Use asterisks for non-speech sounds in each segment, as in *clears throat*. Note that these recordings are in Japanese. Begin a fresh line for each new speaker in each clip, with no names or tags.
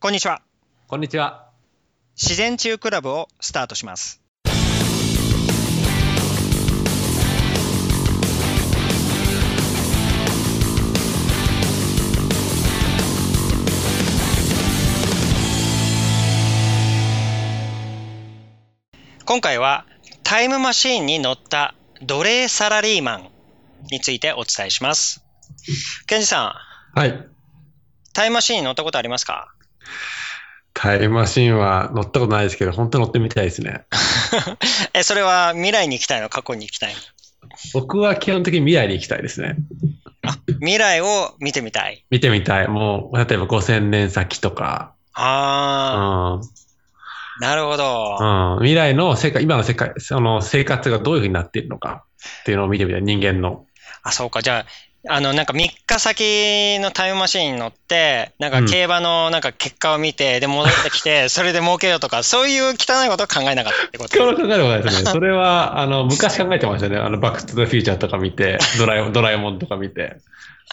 こんにちは。
こんにちは。
自然中クラブをスタートします。今回はタイムマシーンに乗った奴隷サラリーマンについてお伝えします。ケンジさん、
はい。
タイムマシーンに乗ったことありますか
タイムマシンは乗ったことないですけど、本当乗ってみたいですね。
え、それは未来に行きたいの過去に行きたいの
僕は基本的に未来に行きたいですね。
未来を見てみたい。
見てみたい。もう、例えば5000年先とか、う
あ
ん、
あ、
う
なるほど。
ん、未来の世界、今の世界、その生活がどういうふうになっているのかっていうのを見てみたい。人間の。
あ、そうか。じゃあ、あの、なんか3日先のタイムマシンに乗って、なんか競馬のなんか結果を見て、で戻ってき
*laughs*
て、それで儲けようとか、そういう汚いことは考えなかったってこ
今日
と。
の考えればです *laughs* ね、それは、あの、昔考えてましたね。あの、バックトゥザフューチャーとか見て、ドラえドラえもんと *laughs* か見て。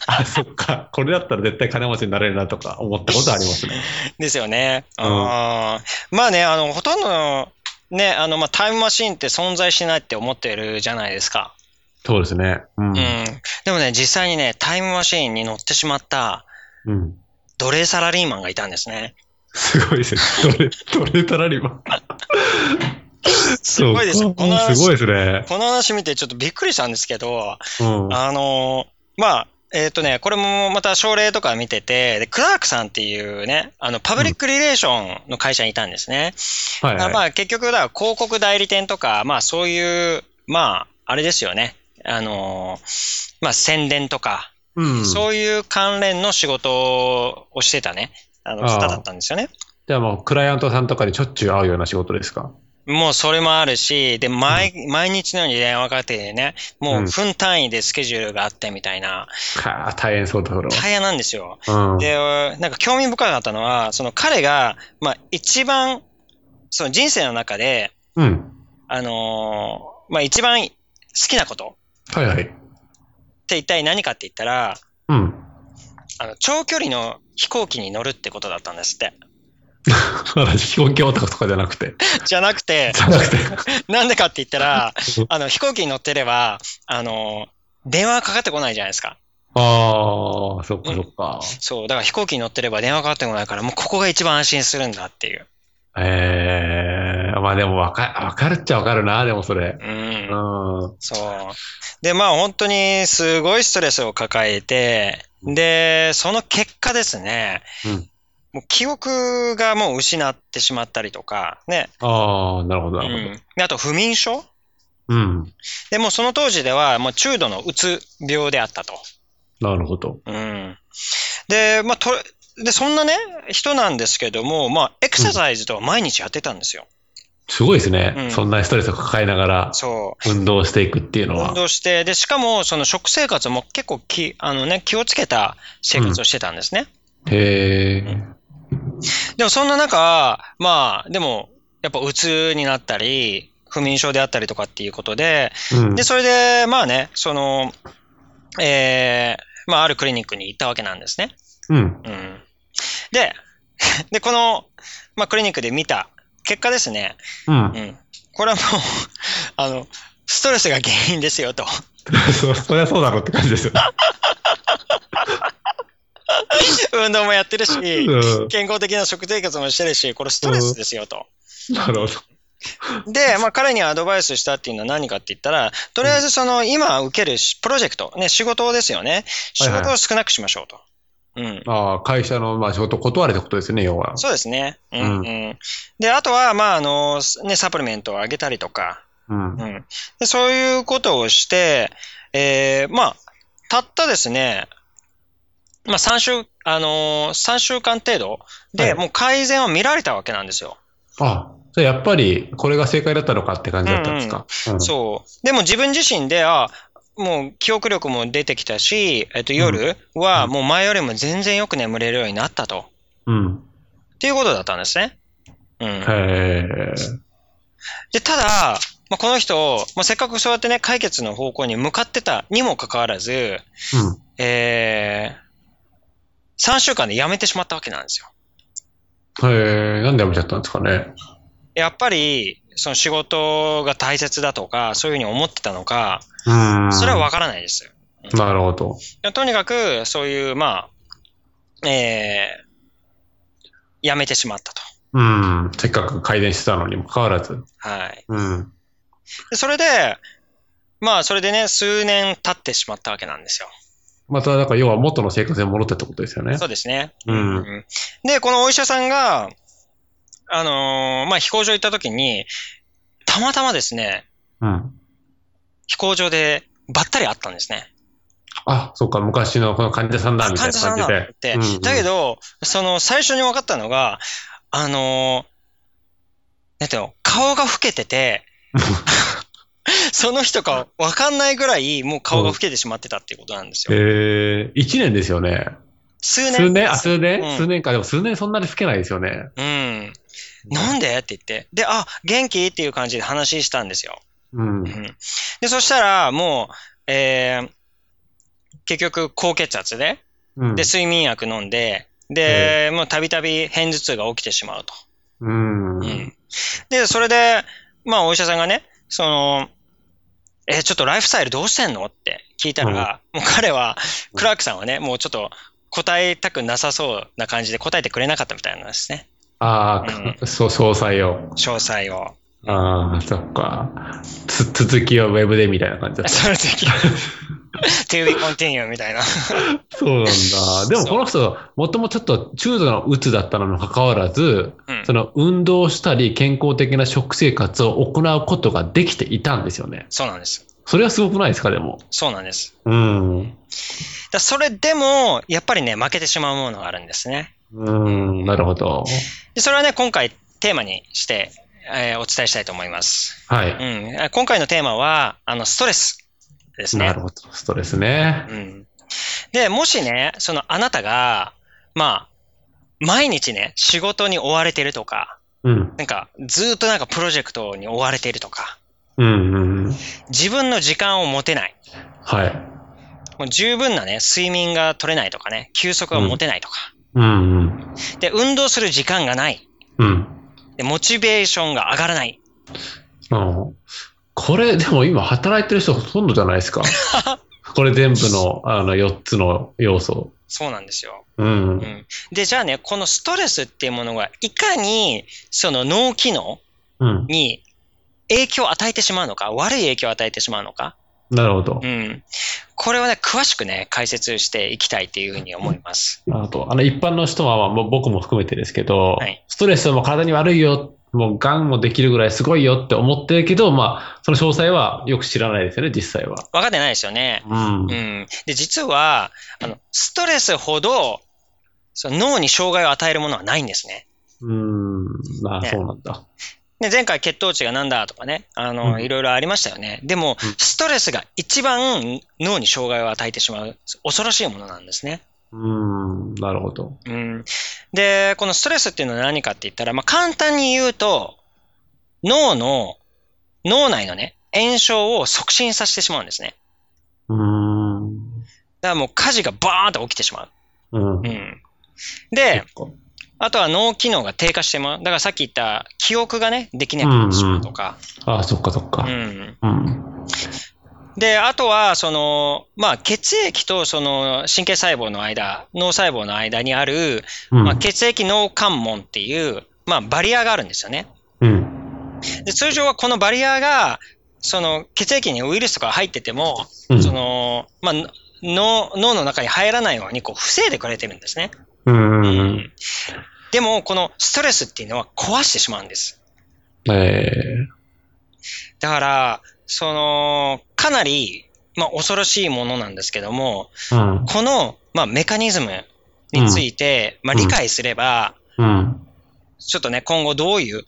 あ、そっか。これだったら絶対金持ちになれるなとか思ったことありますね。
ですよね。
うん
あーまあね、あの、ほとんどの、ね、あの、まあ、タイムマシンって存在しないって思ってるじゃないですか。
そうですね。うん
うん。。でもね、実際にね、タイムマシンに乗ってしまった、
うん
奴隷サラリーマンがいたんですね。
すごいですね。どれ、どれたらりば。
すごいです
そ
よ。
う
この
すご
話、
いですね。
この話見てちょっとびっくりしたんですけど、
うん。
あのーまあ、えっ、とね、これもまた症例とか見てて、でクラークさんっていうね、あの、パブリックリレーションの会社にいたんですね。
はい、
だから
は
ま
い。
あ結局、だから広告代理店とか、まあそういう、まあ、あれですよね。あのーまあ宣伝とか、
うん。
そういう関連の仕事をしてたね、あの
ああ
方だったんですよね。
じゃあもう、クライアントさんとかにしょっちゅう会うような仕事ですか。
もうそれもあるし、で、毎、毎日のように電話かけてね、もう分単位でスケジュールがあってみたいな、
かあ、大変そうだ、それ
大変なんですよ。
は。うん。
で、なんか興味深かったのは、その彼が、まあ一番、その人生の中で、
うん。
あのーまあ一番好きなこと
はいはい。
って一体何かって言ったら、
うん。 *laughs*
あの、長距離の飛行機に乗るってことだったんですって。 *laughs*
私、飛行機男とかじゃなくて。
じゃなくて、
じゃなくて。
*laughs* なんでかって言ったら、あの、飛行機に乗ってれば、あのー電話かかってこないじゃないですか。
ああ、そっかそっか。
そう、だから飛行機に乗ってれば電話かかってこないから、もうここが一番安心するんだっていう。
ええまあでも、わか、わかるっちゃわかるな、でもそれ。
う。
うんん。
そう。で、まあ本当にすごいストレスを抱えて、で、その結果ですね、
うん
もう記憶がもう失ってしまったりとか、ね。
ああ、なるほど、
う
なる
ん。であと不眠症
ほど。うん。
でもうその当時では、もう中度のうつ病であったと。
なるほど。
うん。で、まあと、で、そんなね、人なんですけども、まあ、エクササイズとは毎日やってたんですよ。
すごいですね。
うん
そんなストレスを抱えながら、
そう。
運動していくっていうのは
運。動して、で、しかも、その食生活も結構き、あのね、気をつけた生活をしてたんですね。
へえ。
でも、そんな中、まあ、でも、やっぱ、うつになったり、不眠症であったりとかっていうことで、
うん
で、それで、まあね、その、えー、まあ、あるクリニックに行ったわけなんですね。
うん。
うん。で、 *laughs* で、この、まあ、クリニックで見た結果ですね、
うん
う。ん。これはもう、 *laughs* あの、ストレスが原因ですよと。 *laughs*
そ、そりゃそうだろうって感じですよ。
運動もやってるし、
うん。
健康的な食生活もしてるし、これストレスですよと。
なるほど。
で、まあ彼にアドバイスしたっていうのは何かって言ったら、とりあえずその今受けるしプロジェクト、ね、仕事ですよね。仕
はい
事
は
を少なくしましょうと。うん。
ああ、会社の、まあ、仕事断れってことですね、要は。
そうですね。うん、う。
うん
で、あとは、まあ、あの、ね、サプリメントをあげたりとか、
うん
う。ん。でそういうことをして、えー、まあ、たったですね、まあ、3週、あのー、3週間程度
は
で、
い
もう改善を見られたわけなんですよ。
あ、じゃあやっぱり、これが正解だったのかって感じだったんですか。うん
そう。でも自分自身で、あ、もう記憶力も出てきたし、えっと、夜は
うん
もう前よりも全然よく眠れるようになったと。
うん。
っていうことだったんですね。うん。
へえ。
で、ただ、まあ、この人、まあ、せっかくそうやってね、解決の方向に向かってたにもかかわらず、えー、3週間で辞めてしまったわけなんですよ。
へえ、なんで辞めちゃったんですかね。
やっぱり、その仕事が大切だとか、そういうふうに思ってたのか、
うん。
それはわからないですよ。
なるほど。
でとにかく、そういう、まあ、えー、辞めてしまったと。
うん。せっかく改善してたのにもかかわらず。
はい。
うん。
でそれで、まあ、それでね、数年経ってしまったわけなんですよ。
また、だから要は元の生活に戻ったってことですよね。
そうですね。
うん
うんで、このお医者さんが、あのーまあ、飛行場行った時に、たまたまですね、
うん。
飛行場でばったり会ったんですね。
あ、そうか、昔のこの患者さんだ、みたい
患
な
者さん
感
だ
じ
っ
で。
て。
うんうん
だけど、その、最初に分かったのが、あのーなんていうの、顔が老けてて、その人か分かんないぐらい、もう顔が老けてしまってたっていうことなんですよ。
ええー、1年ですよね。
数年。
数年あ、数年、
うん
数年か。でも数年そんなに老けないですよね。
うん。なんでって言って。で、あ、元気っていう感じで話したんですよ。
うん
う。んで、そしたら、もう、えー結局、高血圧で、
うん
で、睡眠薬飲んで、で、もうたびたび片頭痛が起きてしまうと。
うん。
うんで、それで、まあ、お医者さんがね、その、えーちょっとライフスタイルどうしてんのって聞いたら、もう彼は、
うん
クラークさんはね、もうちょっと答えたくなさそうな感じで答えてくれなかったみたいなんですね。
ああ、そう、詳細を。
詳細を。
ああ、そっか。つ、続きはウェブでみたいな感じ
*laughs*
だった。
その
*laughs*
時、to be continue みたいな。
そうなんだ。で
そ
も
う
この人、もともとちょっと中度の鬱だったのにもかかわらず、
うん
その運動したり健康的な食生活を行うことができていたんですよね。
そうなんです。
それはすごくないですか、でも。
そうなんです。
うん。
だそれでも、やっぱりね、負けてしまうものがあるんですね。
うん、なるほど。
でそれはね、今回テーマにして、えーお伝えしたいと思います。
は
うん
い。
えー、今回のテーマは、あの、ストレスですね。
なるほど。ストレスね。
うん。で、もしね、そのあなたが、まあ、毎日ね、仕事に追われてるとか、
うん。
なんか、ずーっとなんかプロジェクトに追われてるとか、
うん、うんうん。
自分の時間を持てない、
はい。
もう十分なね、睡眠が取れないとかね、休息が持てないとか、
うん、うん。
で、運動する時間がない、
うん。
で、モチベーションが上がらない。
うん。これ、でも今働いてる人ほとんどじゃないです *laughs* か。これ全部の、あの、4つの要素。
そうなんですよ。
う。
うんん。で、じゃあね、このストレスっていうものが、いかに、その脳機能
うん。
に影響を与えてしまうのか、悪い影響を与えてしまうのか。
なるほど
う。ん。これをね、詳しくね、解説していきたいっていうふうに思います。
あと、あの、一般の人は、まあもう僕も含めてですけど、
はい
ストレスはもう体に悪いよ、もう癌もできるぐらいすごいよって思ってるけど、まあ、その詳細はよく知らないですよね、実際は。
分かってないですよね。
うん
うん。で、実は、あの、ストレスほど、その脳に障害を与えるものはないんですね。
うん。まあ、
ね
そうなんだ。
で前回血糖値がなんだとかね、あの、
うん
いろいろありましたよね。でも
うん、
ストレスが一番脳に障害を与えてしまう、恐ろしいものなんですね。
うん。なるほど。
うん。で、このストレスっていうのは何かって言ったら、まあ、簡単に言うと、脳の、脳内のね、炎症を促進させてしまうんですね。
うん。
だからもう火事がバーンと起きてしまう。
うん
う。ん。で、
結構
あとは脳機能が低下してまう。だからさっき言った記憶がね、できなくなってしまうとか。
ああ、そっかそっか。
うん
うん。
で、あとは、その、まあ、血液とその神経細胞の間、脳細胞の間にある、
うん。
まあ、血液脳関門っていう、まあ、バリアがあるんですよね。
うん。
で通常はこのバリアが、その血液にウイルスとか入ってても、
うん
その、まあ、脳脳の中に入らないようにこう防いでくれてるんですね。
うん。
でも、このストレスっていうのは壊してしまうんです。
え
だから、その、かなり、まあ、恐ろしいものなんですけども、
えうん。
この、まあ、メカニズムについて、まあ、
うん
理解すれば、
うん。
ちょっとね、今後どういう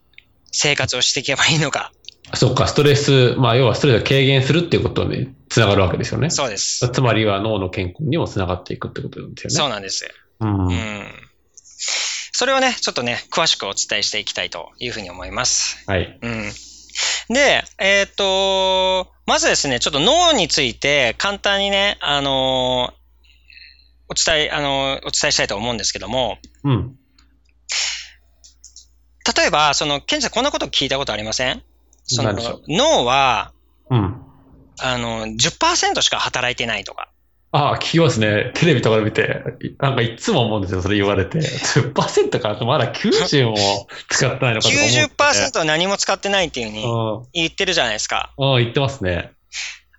生活をしていけばいいのか。
そっか、ストレス、まあ、要はストレスを軽減するっていうことにつながるわけですよね。
そうです。
つまりは脳の健康にもつながっていくってことなんですよ
そ
ね。
うなんです。
そう。。
うんん。それをね、ちょっとね、詳しくお伝えしていきたいというふうに思います。
はい。
うん。で、えーっ、と、まずですね、ちょっと脳について簡単にね、あのーお伝え、あのーお伝えしたいと思うんですけども、
うん。
例えば、その、ケンジさんこんなこと聞いたことありませんその
何でしょう、
脳は、
うん。
あの、10%しか働いてないとか。
ああ、聞きますね。テレビとかで見て、なんかいつも思うんですよ、それ言われて。10%か、まだ90も使ってないのかとか思って。
90%は何も使ってないっていうふうに言ってるじゃないですか。
うん。うん、言ってますね。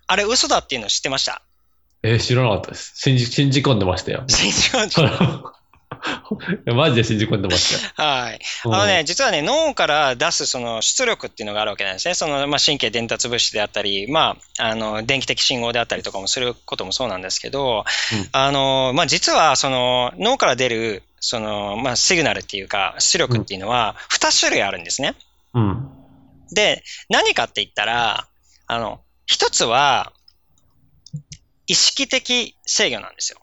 あれ嘘だっていうの知ってました。
えー知らなかったです。信じ、信じ込んでましたよ。 *laughs*
信じられない
それはマジで信じ込んでました
*laughs*
よ。
はい。
うん
あのね、実はね、脳から出すその出力っていうのがあるわけなんですね。その、まあ、神経伝達物質であったり、まあ、あの、電気的信号であったりとかもすることもそうなんですけど、
うん
あの、まあ、実はその脳から出る、その、まあ、シグナルっていうか、出力っていうのは2種類あるんですね。
うん。
で、何かって言ったら、あの、一つは、意識的制御なんですよ。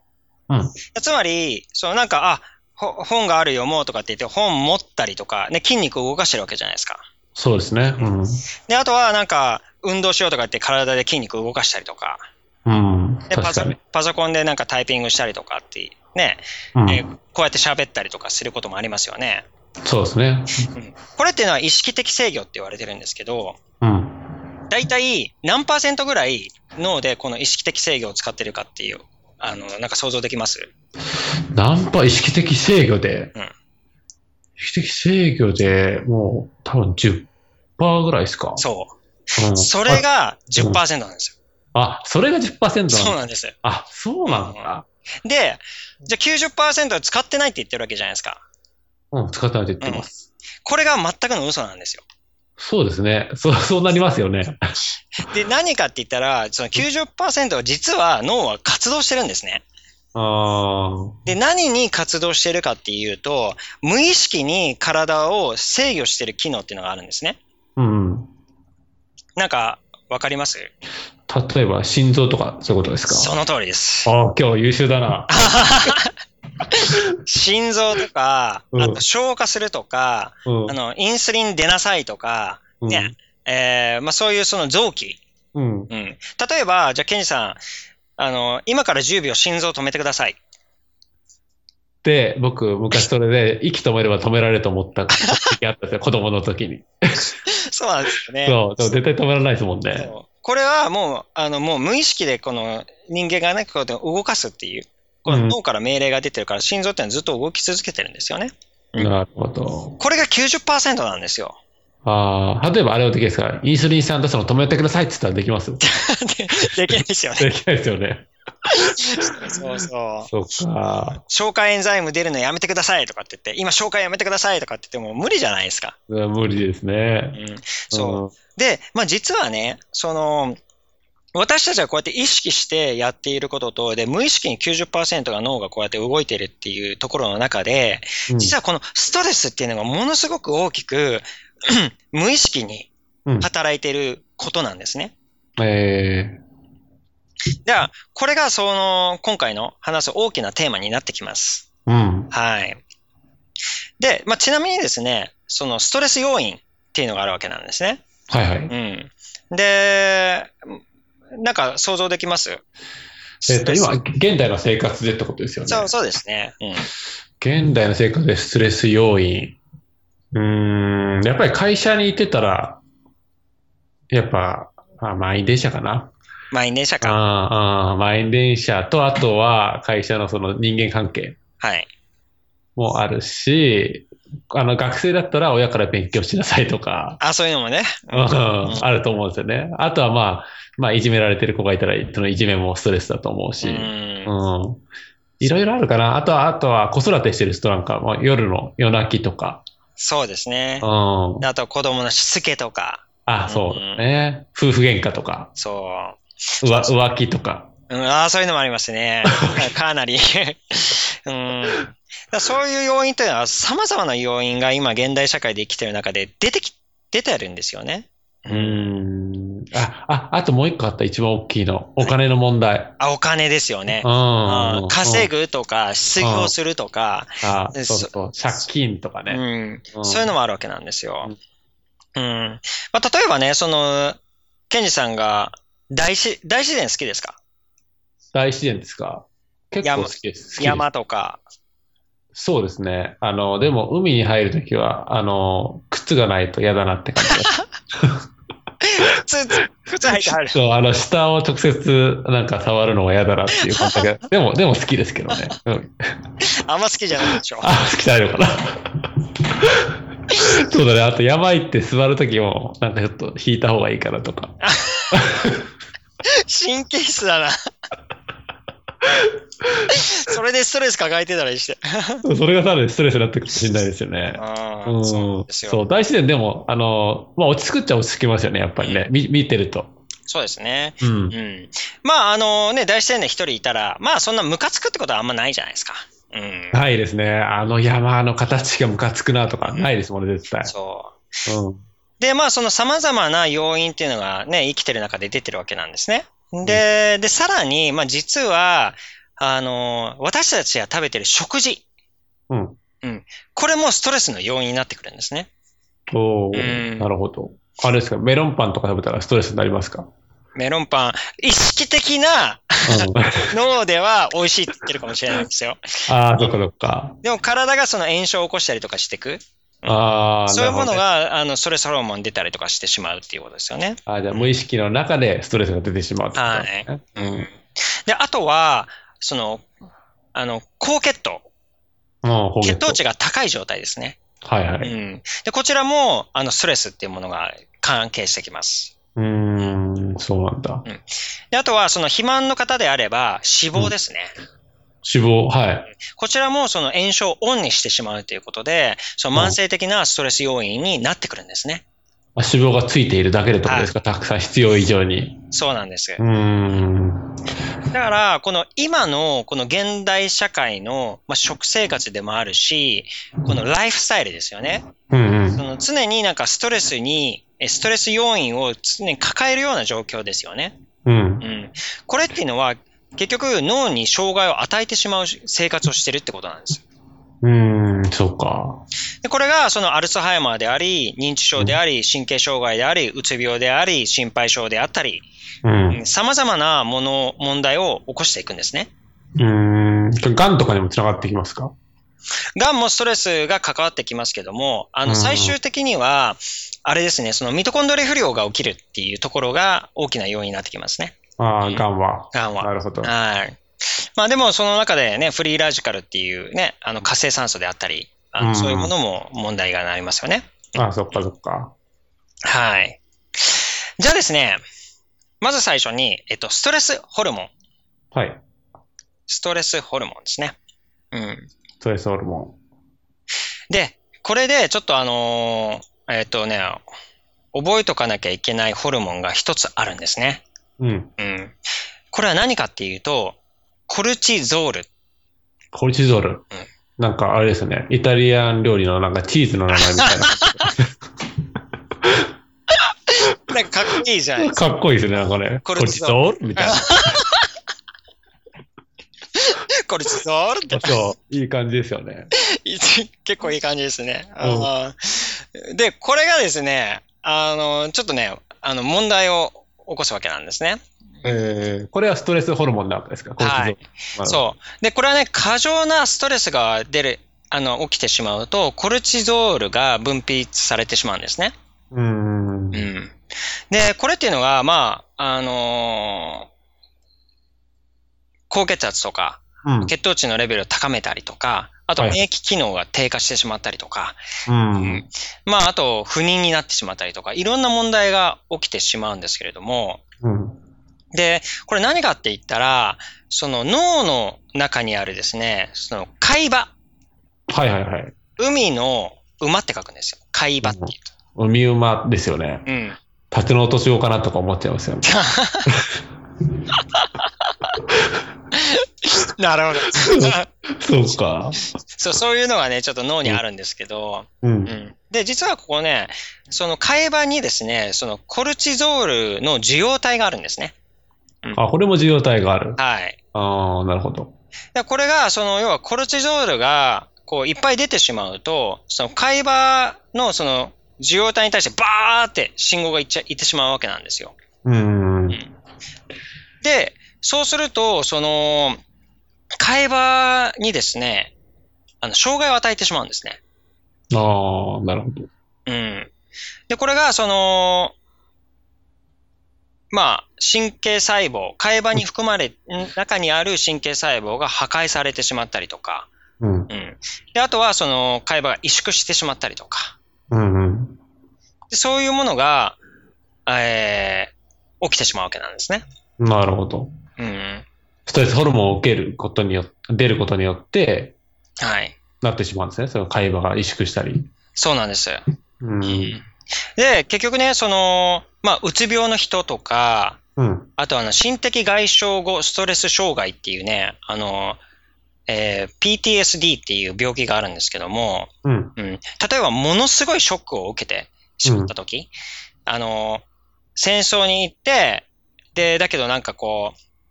うん
つまり、そのなんか、あ、ほ本があるよ、もうとかって言って、本持ったりとか、ね、筋肉を動かしてるわけじゃないですか。
そうですね。うん。
で、あとはなんか、運動しようとか言って体で筋肉を動かしたりとか、
うん。
でパ
確
ソ
かに。
パソコンでなんかタイピングしたりとかって、ね、
うん
えーこうやって喋ったりとかすることもありますよね。
そうですね。
うんこれっていうのは意識的制御って言われてるんですけど、
うん。
大体何パーセントぐらい脳でこの意識的制御を使ってるかっていう、あの、なんか想像できます
ナンパ意識的制御で、
うん
意識的制御でもう多分10%ぐらいですか。
そうう。
ん
それが10%なんです
あ、それが10%なん
よ。
だ。
そうなんです。
あ、そうなんだ。
で、じゃあ90%は使ってないって言ってるわけじゃないですか。
うん、使ってないと言ってます。
これが全くの嘘なんですよ。
そうですね。そう、そうなりますよね。
で、何かって言ったら、その90%は実は脳は活動してるんですね。
あー
で、何に活動してるかっていうと、無意識に体を制御してる機能っていうのがあるんですね。
うん。
なんか、わかります
例えば心臓とかそういうことです
そ
か。
の通りです。
あー今日優秀だな。
心臓とか、
うん
あと消化するとか、
うん
あの、インスリン出なさいとか、
うん
ねえーまあ、そういうその臓器。
うん。
うん。例えば、じゃあ、ケンジさん、あの、今から10秒心臓止めてください。
で、僕、昔それで、息止めれば止められると思った時あった
*laughs*
んですよ、子供の時に。
そうなんですよね。
そう、でも絶対止まらないですもんね。
そうこれはもう、あの、もう無意識でこの人間がね、こうやって動かすっていう、こ
う
の
ん
脳から命令が出てるから、心臓ってのはずっと動き続けてるんですよね。
なるほど。
これが90%なんですよ。 *laughs*
ああ、例えばあれはできないですかインスリンさんとその止めてくださいって言ったらできます
*laughs* でで
で
きないですよ
*laughs*
ね。
きないですよね。
そうそう。
そうか。
消化エンザイム出るのやめてくださいとかって言って、今消化やめてくださいとかって言っても無理じゃないですか。
無理ですね。
そう。で、まあ実はね、その、私たちはこうやって意識してやっていることと、で、無意識に90%が脳がこうやって動いてるっていうところの中で、
うん。
実はこのストレスっていうのがものすごく大きく、 *clears throat* 無意識に
うん
働いてることなんですね。
うん、え
じゃあ、これがその、今回の話す大きなテーマになってきます。
ー、うん。
はい。で、まあ、ちなみにですね、そのストレス要因っていうのがあるわけなんですね。
はいはい。
うん。で、なんか想像できます
えっと、
スト
今、
レス
現代の生活でってことですよね。
そう、そうですね。うん。
現代の生活でストレス要因。うーん、やっぱり会社に行ってたら、やっぱ、あ満員電車かな。
満員電車か。
あーあー、満員電車と、あとは会社のその人間関係
はい。
もあるし、あの学生だったら親から勉強しなさいとか、
あ、そういうのもね。
うん、あると思うんですよね。あとはまあ、まあ、いじめられてる子がいたら、そのいじめもストレスだと思う
う
し、
ん。
うん。いろいろあるかな。あとは、あとは子育てしてる人なんか、まあ、夜の夜泣きとか、
そうですね
う。ん。
あと、子供のしつけとか、
あ、そうだね。夫婦喧嘩とか、
そう
わ浮気とか。
う。うん、ああ、そういうのもあります
*laughs*
ね。かなり。 *laughs* うん。だからそういう要因というのは、様々な要因が今、現代社会で生きてる中で出てき、出てるんですよね。
うーん。あ、あ、あともう一個あった、一番大きいの。お金の問題。
あ、お金ですよね。
う
うん
ん。
稼
ぐ。
ぐとか、失業するとか、
あ、
で
そうそう。借金とか
う
ね。
ん、
うん
そういうのもあるわけなんですよ。うん。まあ、例えばね、その、ケンジさんが大自大自然好きですか
大自然ですか結構好きです。好きです
山とか。
そうですね。あの、でも、海に入るときは、あの、靴がないと嫌だなって感じです
*laughs* 靴、靴履いて
*laughs*
入る。
そう、あの、下を直接なんか触るのは嫌だなっていう感じ
*laughs*
が、でも、でも好きですけどね。うん、
あんま好きじゃないでしょ。
あ、好きじゃないのかな。
*laughs*
そうだね。あと、山行って座るときも、なんかちょっと引いた方がいいかなとか。
神経質だ
*laughs*
な。それでストレス抱えてたりして。
それがさらにストレスになってくるかもしれないですよね。
あ
うん、
あ、そうなんですよ。
そう、大自然でも、あの、まあ、落ち着くっちゃ落ち着きますよね、やっぱりね。み見てると。
そうですね。
うん
う。ん。まあ、あのね、大自然で一人いたら、まあ、そんなムカつくってことはあんまないじゃないですか。うん。
ないですね。あの山の形がムカつくなとか、ないですもんね、絶対。
そう。
うん。
で、まあ、その様々な要因っていうのがね、生きてる中で出てるわけなんですね。で、で、さらに、まあ、実は、あの、私たちが食べてる食事、
うん。
これもストレスの要因になってくるんですね。
お
う
ー
ん
なるほど。あれですか、メロンパンとか食べたらストレスになりま
*laughs*
すか
メロンパン、意識的 *laughs* な
うん。
脳では美味しいって言ってるかもしれないんですよ。
ああ、そっかそっか。
でも体がその炎症を起こしたりとかしていく。
ああ、
そういうもの
なるほどね。
が、あの、ストレスホルモン出たりとかしてしまうっていうことですよね。
あーじゃあ無意識の中でストレスが出てしまうってことですね。
うん。で、あとは、その、あの、高血糖。
うん。うん、
血糖値が高い状態ですね。
はいは
う
い。
ん。で、こちらも、あの、ストレスっていうものが関係してきます。
うーん、そうなんだ。
で、あとは、その、肥満の方であれば、脂肪ですね。
脂肪、はい。
こちらも、その、炎症をオンにしてしまうということで、その、慢性的なストレス要因になってくるんですね。
あ脂肪がついているだけでってことですか、たくさん必要以上に。
そうなんです
う。ーん。
だから、この今のこの現代社会の、まあ、食生活でもあるし、このライフスタイルですよね。
うんう
そ
ん。
の常になんかストレスに、えストレス要因を常に抱えるような状況ですよね。
うん。
うん。これっていうのは、結局脳に障害を与えてしまう生活をしてるってことなんですよ。
うーん、そうか。
でこれがそのアルツハイマーであり、認知症であり、神経障害であり、うつ病であり、心配症であったり、
うん。
様々なもの、問題を起こしていくんですね。
うーん。ガンとかにもつながってきますか
がんもストレスが関わってきますけども、あ
う
の
ん
最終的には、あれですね、そのミトコンドリア不良が起きるっていうところが大きな要因になってきますね、
ああ、ガンは。
がん
な
は。
るほど。
はい。まあでもその中でね、フリーラジカルっていうね、あの活性酸素であったり、あ
うん
のそういうものも問題がなりますよね。
ああ、そっかそっか。
はい。じゃあですね、まず最初に、えっと、ストレスホルモン。
はい。
ストレスホルモンですね。うん。
ストレスホルモ
で、これでちょっとあのーえっ、とね、覚えとかなきゃいけないホルモンが一つあるんですね。
ン。うん。
うん。これは何かっていうと、コルチゾール。
コルチゾール。なんかあれですね。イタリアン料理のなんかチーズの名前みたい *laughs*
なんかかっこいいじゃない
な。かっこいいですね、なんかね。
コ
コ
ル
ル
チ
チ
ゾ
ゾ
ー
ールみたいな。
コルチゾールって。
そう。いい感じですよね。
*laughs* 結構いい感じですね。あーで、これがですね、あの、ちょっとね、あの、問題を起こすわけなんですね。
えー、これはストレスホルモンなわけですかコルチゾール。
そう。で、これはね、過剰なストレスが出る、あの、起きてしまうと、コルチゾールが分泌されてしまうんですね。
う。うーん。
うん。で、これっていうのが、まあ、あのー高血圧とか、
うん。
血糖値のレベルを高めたりとか、あと
はい
免疫機能が低下してしまったりとか、
うん。
まあ、あと不妊になってしまったりとか、いろんな問題が起きてしまうんですけれども、
うん。
で、これ何かって言ったら、その脳の中にあるですね、その海馬、
はいはいはい。
海の馬って書くんですよ。海馬っていう
海馬ですよね。
と。うん。
立ての落としようかなとか思っちゃいます *laughs* よね。
なるほど。
そうか。
*laughs* そう、そういうのがね、ちょっと脳にあるんですけど、
うん
う。ん。で、実はここね、その海馬にですね、そのコルチゾールの受容体があるんですね。
あ、これも受容体がある。
はい。
ああ、なるほど。
でこれが、その、要はコルチゾールが、こう、いっぱい出てしまうと、その海馬の、その、受容体に対してバーって信号がいっちゃ、いってしまうわけなんですよ。
うーん。
で、そうすると、その、海馬にですね、あの、障害を与えてしまうんですね。
ああ、なるほど。
うん。で、これが、その、まあ、神経細胞、海馬に含まれ、ん中にある神経細胞が破壊されてしまったりとか、
うん。
うん。で、あとは、その、海馬が萎縮してしまったりとか、
うんうん。
でそういうものが、えー起きてしまうわけなんですね。
なるほど。
うん。
ストレスホルモンを受けることによって、出ることによって、
はい。
なってしまうんですね。その海馬が萎縮したり。
そうなんです。
うん。
で、結局ね、その、まあ、うつ病の人とか、
うん。
あとあの、心的外傷後ストレス障害っていうね、あの、えー PTSD っていう病気があるんですけども、
うん。
うん、例えばものすごいショックを受けてしまったとき、あの、戦争に行って、で、だけどなんかこう、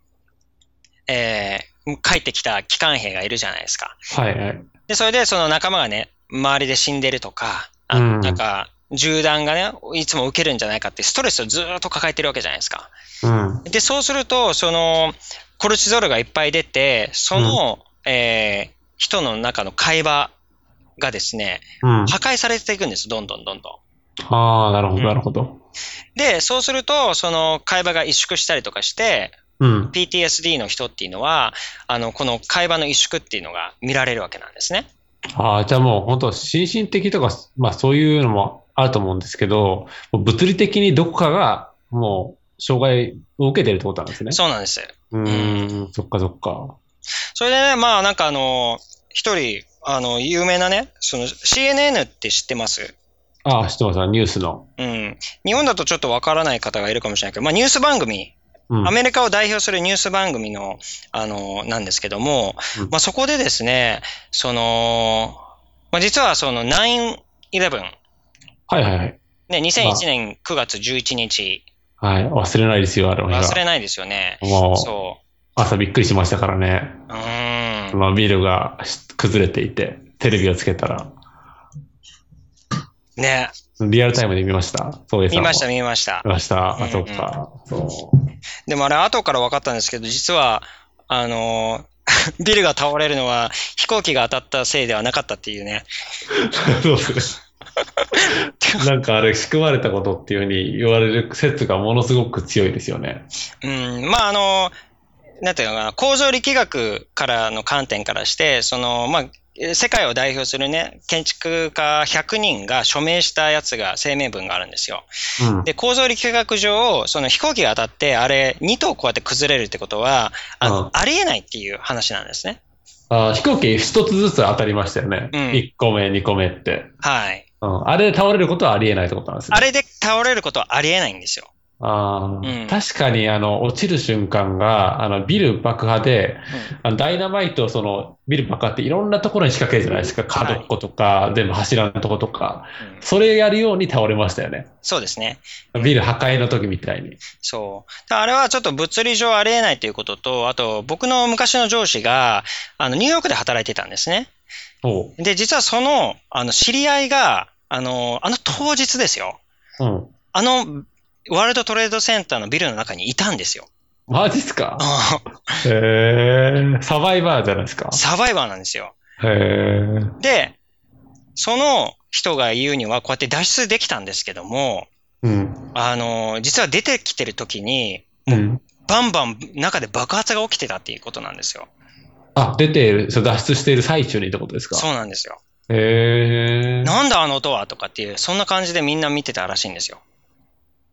えー帰ってきた機関兵がいるじゃないですか。
はいはい。
で、それでその仲間がね、周りで死んでるとか、あ
うん
なんか、銃弾がね、いつも受けるんじゃないかってストレスをずーっと抱えてるわけじゃないですか。
うん。
で、そうすると、その、コルチゾールがいっぱい出て、その、えー人の中の会話がですね、
うん。
破壊されていくんです、どんどんどんどん。
ああ、なるほど、なるほど。
で、そうすると、その会話が萎縮したりとかして、
うん。
PTSD の人っていうのは、あの、この会話の萎縮っていうのが見られるわけなんですね。
ああ、じゃあもう本当、心身的とか、まあそういうのもあると思うんですけど、もう物理的にどこかがもう障害を受けてるってことなんですね。
そうなんです。
うーん、そっかそっか。
それでね、まあなんかあの、一人、あの、有名なね、その CNN って知ってます
ああ、知ってますニュースの。
うん。日本だとちょっとわからない方がいるかもしれないけど、まあニュース番組、
うん。
アメリカを代表するニュース番組の、あの、なんですけども
うん、
まあそこでですね、その、まあ実はその9-11、
はいはいはい。
ね、2001年9月11日、
はい、忘れないですよ、あれは。
忘れないですよね。
もう、
そ
朝びっくりしましたからね。
う。うーん。
まあ、ビルがし崩れていて、テレビをつけたら、
ね、
リアルタイムで見ました。そうです。
見ました見ました。
見ました。
うんう
あ、
ん
そっか。そう。
でもあれ、後から分かったんですけど、実は、あの *laughs* ービルが倒れるのは飛行機が当たったせいではなかったっていうね。
そう *laughs* です
*laughs*
ね。なんかあれ、仕組まれたことっていうふうに言われる説がものすごく強いですよね。
うん、まあ、あのーなんていうのかな、構造力学からの観点からして、その、まあ、えー世界を代表するね、建築家100人が署名したやつが、声明文があるんですよ。
うん。
で、構造力学上、その飛行機が当たって、あれ、2頭こうやって崩れるってことは、あの
うん
ありえないっていう話なんですね。
あ飛行機一つずつ当たりましたよね。
うん
1個目、2個目って。
はい。
うん。あれで倒れることはありえないってことなんですね。
あれで倒れることはありえないんですよ。
あー
うん
確かに、あの、落ちる瞬間が、あの、ビル爆破で、
うん
あのダイナマイトをその、ビル爆破っていろんなところに仕掛けるじゃないですか。角っことか、全部柱のとことか。
うん
それやるように倒れましたよね。
そうですね。
ビル破壊の時みたいに。
そう。だからあれはちょっと物理上ありえないということと、あと僕の昔の上司が、あの、ニューヨークで働いてたんですね。
おう。
で、実はその、あの、知り合いが、あの、あの当日ですよ。
うん。
あの、ワールドトレードセンターのビルの中にいたんですよ。
マジっ
*laughs*
すか
あ
へえ。サバイバーじゃないですか
の。サバイバーなんですよ。
へえ。
で、その人が言うには、こうやって脱出できたんですけども、
うん。
あの、実は出てきてる時に、
うん。
バンバン中で爆発が起きてたっていうことなんですよ。
あ、出ている、そう脱出している最中にってことですか
そうなんですよ。
へえ。
なんだあの音はとかっていう、そんな感じでみんな見てたらしいんですよ。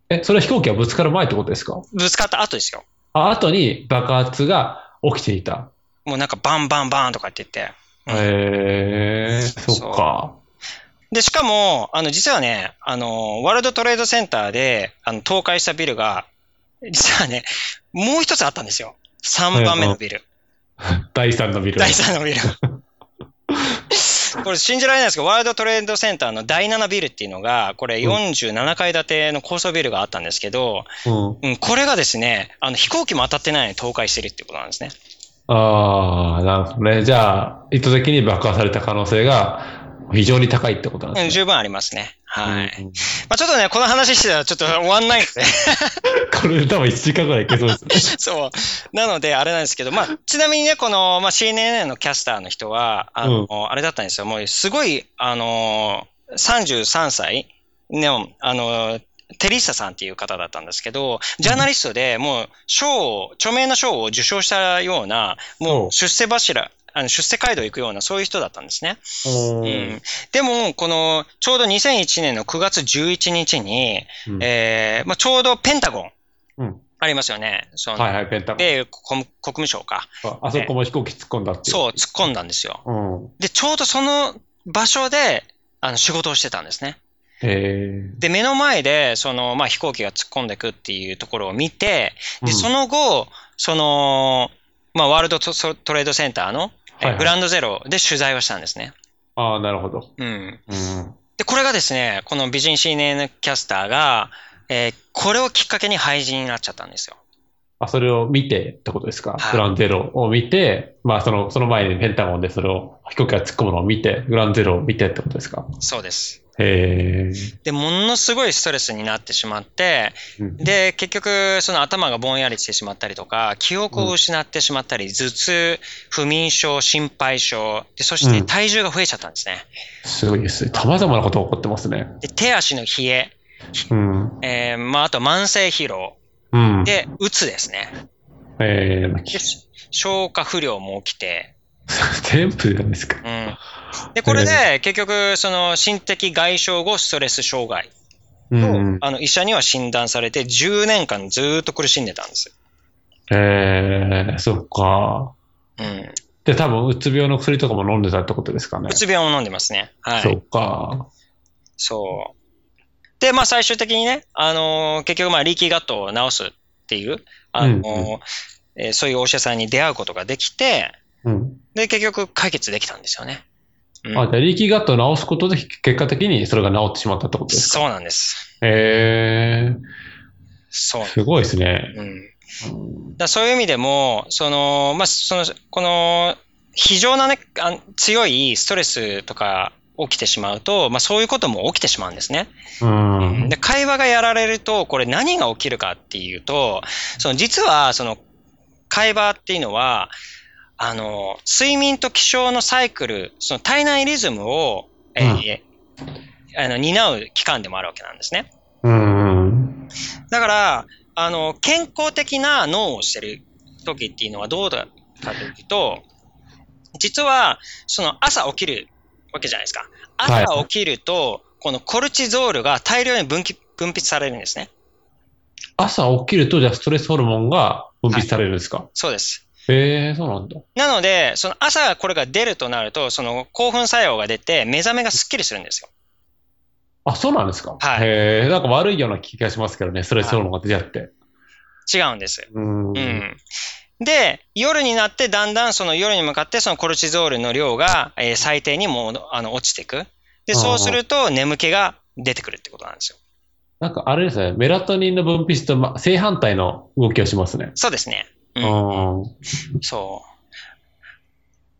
え、それは飛行機がぶつかる前ってことですか
ぶつかった後ですよ。
あ、後に爆発が起きていた。
もうなんかバンバンバンとかって言って。うん
へえ、そっか。
で、しかも、あの、実はね、あの、ワールドトレードセンターで、あの、倒壊したビルが、実はね、もう一つあったんですよ。3番目のビル。
第3のビル。
第3のビル。これ信じられないですけど、ワールドトレードセンターの第7ビルっていうのが、これ47階建ての高層ビルがあったんですけど、
う
う
ん。
ん、これがですね、あの飛行機も当たってないのに倒壊してるってことなんですね。
ああ、なるほどね。じゃあ、意図的に爆破された可能性が非常に高いってこと
う
なん
ん、
ですね。
十分ありますね。はい。
うんうん
まあちょっとね、この話してたらちょっと終わんないので、 *laughs*
これで多分1時間ぐらいいけそうですね。
そう。なので、あれなんですけど、まあ、ちなみにね、この、まあ、CNN のキャスターの人は、あの、あれだったんですよ。もう、すごい、あのー、33歳の、あのー、テリッサさんっていう方だったんですけど、ジャーナリストでもう賞を、著名な賞を受賞したような、も
お
う出世柱、あの出世街道行くような、そういう人だったんですね。
お
う
ー
ん、でも、この、ちょうど2001年の9月11日に、
うん
えーまあ、ちょうどペンタゴン
うん
ありますよね。その
はいはい、ペンタゴン。
米国務省か。
あそこも飛行機突っ込んだっていう。
そう、突っ込んだんですよ。
うん。
で、ちょうどその場所で、あの、仕事をしてたんですね。
へ
で、目の前で、その、まあ、飛行機が突っ込んでくっていうところを見て、
え。
で、その後、その、まあ、ワールドトトトレードセンターの、え
はいはい
グランドゼロで取材をしたんですね。
うんああ、なるほど。
うん。
うん。
で、これがですね、この美人 CNN キャスターが、えーこれをきっかけに廃人になっちゃったんですよ。
あ、それを見てってことですか
はい
グランゼロを見て、まあその、その前にペンタゴンでそれを飛行機が突っ込むのを見て、グランゼロを見てってことですか
そうです。
へえ。
で、ものすごいストレスになってしまって、
うん
で、結局、その頭がぼんやりしてしまったりとか、記憶を失ってしまったり、頭痛、不眠症、心配症、でそして
うん
体重が増えちゃったんですね。
すごいですね。様々なことが起こってますね。
で手足の冷え、
うん。
えーまあ、あと慢性疲労、
うん。
で、うつですね。
えー、 *laughs*
で消化不良も起きて、
全部じゃないですか。
うん。で、これで、結局、その、心的外傷後ストレス障害
う
と、
ん。
あの、医者には診断されて、10年間ずーっと苦しんでたんです。
えー、そっか。
うん。
で、多分、うつ病の薬とかも飲んでたってことですかね
う。つ病を飲んでますね。はい。
そうか。
そう。で、まあ最終的にね、あのー結局まあリーキーガットを治すっていう、あのー
うんう
えーそういうお医者さんに出会うことができて、
うん。
で、結局解決できたんですよね。うん
あ、じゃあ、リーキーガットを治すことで、結果的にそれが治ってしまったってことですか
そうなんです。
へ
そう
ー、。すごいですね。
うん、
うん
だそういう意味でも、その、まあ、その、この、非常なね、あ強いストレスとか起きてしまうと、まあ、そういうことも起きてしまうんですね。
うん。
で会話がやられると、これ何が起きるかっていうと、その実はその会話っていうのは、あの、睡眠と起床のサイクル、その体内リズムを、えーあの担う期間でもあるわけなんですね。
うん。
だから、あの、健康的な脳をしてる時っていうのはどうだかというと、実は、その朝起きるわけじゃないですか。朝
はい
起きると、このコルチゾールが大量に分岐分泌されるんですね。
朝起きると、じゃあ、ストレスホルモンが分泌されるんですか、
そうです。
へー、そうなんだ。
なので、その朝これが出るとなると、その興奮作用が出て、目覚めがすっきりするんですよ。
あ、そうなんですか
はい
へー、なんか悪いような気がしますけどね、ストレスホルモンが出ちゃって。
違うんです。
うん。
うん。で、夜になってだんだんその夜に向かってそのコルチゾールの量が、えー最低にもうあの落ちていく。で、
あー
そうすると眠気が出てくるってことなんですよ。
なんか、あれですね、メラトニンの分泌と、ま、正反対の動きをしますね。
そうですね。う。
うんん。
そう。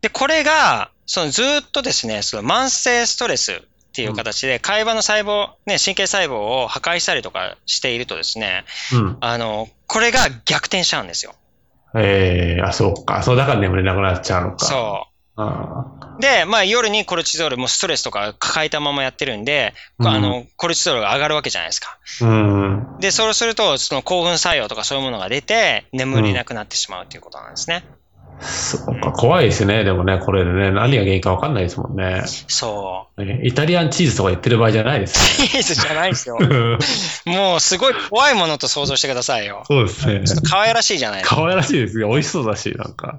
で、これが、そのずーっとですね、その慢性ストレスっていう形で、会話の細胞、ね、神経細胞を破壊したりとかしているとですね、
うん。
あの、これが逆転しちゃうんですよ。
えー、あ、そうか。そう、だから眠れなくなっちゃうのか。
そう。
あ
で、まあ、夜にコルチゾール、もうストレスとか抱えたままやってるんで、
うん
あのコルチゾールが上がるわけじゃないですか。
ーうん。
で、そうすると、その興奮作用とかそういうものが出て、眠れなくなってしまうということなんですね。
そうか。怖いですね。でもね、これでね、何が原因か分かんないですもんね。
そ
ねイタリアンチーズとか言ってる場合じゃない
う。
です。
チーズじゃないですよ。
*laughs* そ
もう、すごい怖いものと想像してくださいよ。
うですね
ちょっと可愛らしいじゃないですか。
可愛らしいですね。美味しそうだし、なんか。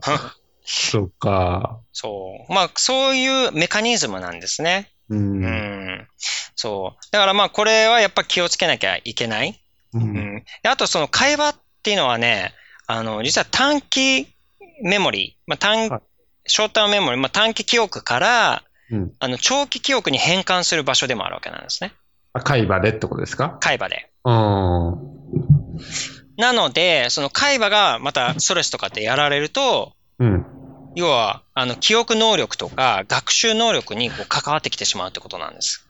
そうか。
*laughs* そう。まあ、そういうメカニズムなんですね。
う。
うんん。そう。だからまあ、これはやっぱ気をつけなきゃいけない。
う。
うんん、であとその会話っていうのはね、あの実は短期メモリー、まあ短
はい
ショーターメモリー、まあ、短期記憶から
うん。
あの長期記憶に変換する場所でもあるわけなんですね、
あ海馬でってことですか
海馬で。
うん。
なので、その海馬がまたストレスとかってやられると、
うん。
要はあの記憶能力とか学習能力にこう関わってきてしまうってことなんです。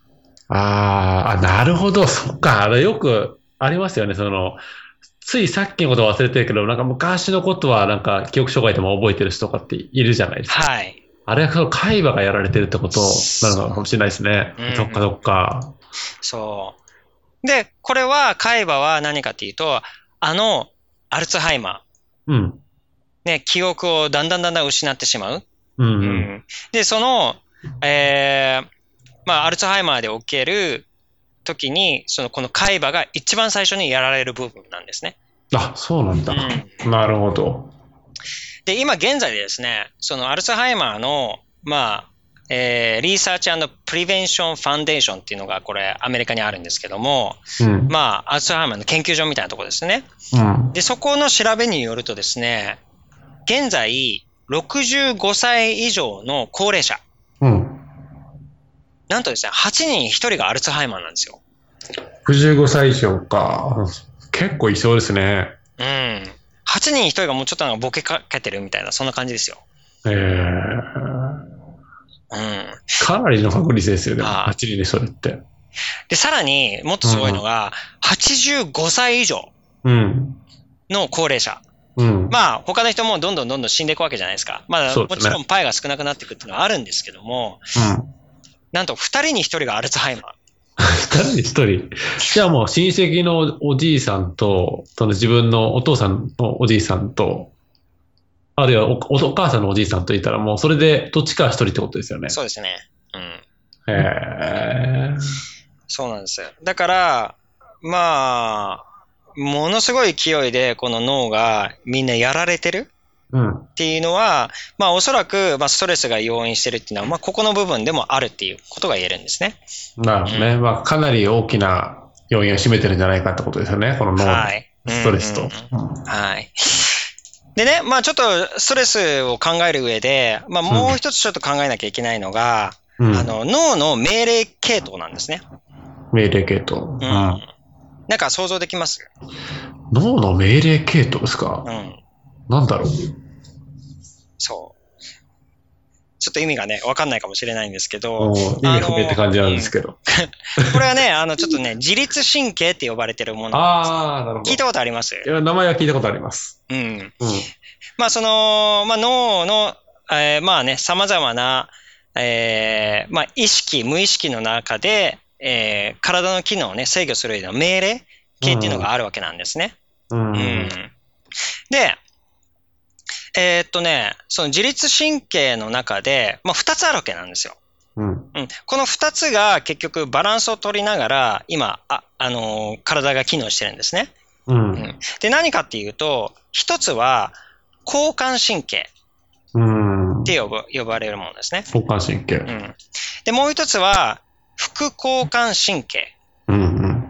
あーあ、なるほど。そっか。あれよくありますよね。その、ついさっきのことは忘れてるけど、なんか昔のことはなんか記憶障害でも覚えてる人とかっているじゃないですか。
はい。
あれはその海馬がやられてるってことなのかもしれないですね。
うん
そっかそっか。
そう。で、これは、海馬は何かっていうと、あの、アルツハイマ
うん。
ー、ね、記憶をだんだんだんだん失ってしまう。
うんう。
うんんで、その、えーまあ、アルツハイマーで起きる時に、その、この海馬が一番最初にやられる部分なんですね。
あ、そうなんだ。
うん
なるほど。
で、今現在ですね、そのアルツハイマーの、まあ、えーリサーチプリベンションファンデーションっていうのがこれアメリカにあるんですけども、
うん。
まあ、アルツハイマーの研究所みたいなところですね。
うん。
で、そこの調べによるとですね、現在65歳以上の高齢者、
うん。
なんとですね、8人に1人がアルツハイマーなんですよ。
65歳以上か。結構いそうですね。
うん。8人に1人がもうちょっとなんかボケかけてるみたいな、そんな感じですよ。
ええ
うん。
かなりの確率ですよね。
あー
8人でそれって。
で、さらにもっとすごいのが、85歳以上
うん。
の高齢者。
うん。
まあ、他の人もどんどんどんどん死んでいくわけじゃないですか。まあ、
そう
も
ですね
ちろんパイが少なくなっていくっていうのはあるんですけども、
うん。
なんと2人に1人がアルツハイマー。
2人に1人。じゃあもう親戚のおじいさんと、その自分のお父さんのおじいさんと、あるいはおおお母さんのおじいさんといたらもうそれでどっちか1人ってことですよね。
そうですね。うん。
へえ。
そうなんですよ。だから、まあ、ものすごい勢いでこの脳がみんなやられてる
うん。
っていうのは、まあおそらく、まあ、ストレスが要因してるっていうのは、まあここの部分でもあるっていうことが言えるんですね。
なるほどね。まあかなり大きな要因を占めてるんじゃないかってことですよね。この脳の
はい。
ストレスと。
うんうんうんはい。でね、まあちょっとストレスを考える上で、まあもう一つちょっと考えなきゃいけないのが、
うん
あの脳の命令系統なんですね。
命令系統、
うん。なんか想像できます
脳の命令系統ですか、
うん。
なんだろう
そう。ちょっと意味がね、わかんないかもしれないんですけど、
もう意味不明って感じなんですけど。
これはね、 *laughs* あの、ちょっとね、自律神経って呼ばれてるもの。
ああー、なるほど。
聞いたことあります
いや名前は聞いたことあります。
うん。
うん。
まあ、その、まあ、脳の、えーまあね、様々な、えーまあ、意識、無意識の中で、えー体の機能をね、制御するような命令系っていうのがあるわけなんですね。
う
う
ん。
ん。で、えーっとね、その自律神経の中で、まあ、二つあるわけなんですよ。
うん。
うん、この二つが結局バランスを取りながら、今、あ、あのー体が機能してるんですね。
うん。
で、何かっていうと、一つは、交感神経
うん。
って呼ぶ呼ばれるものですね。
交感神
う
経。
ん。で、もう一つは、副交感神経。
うん。うん。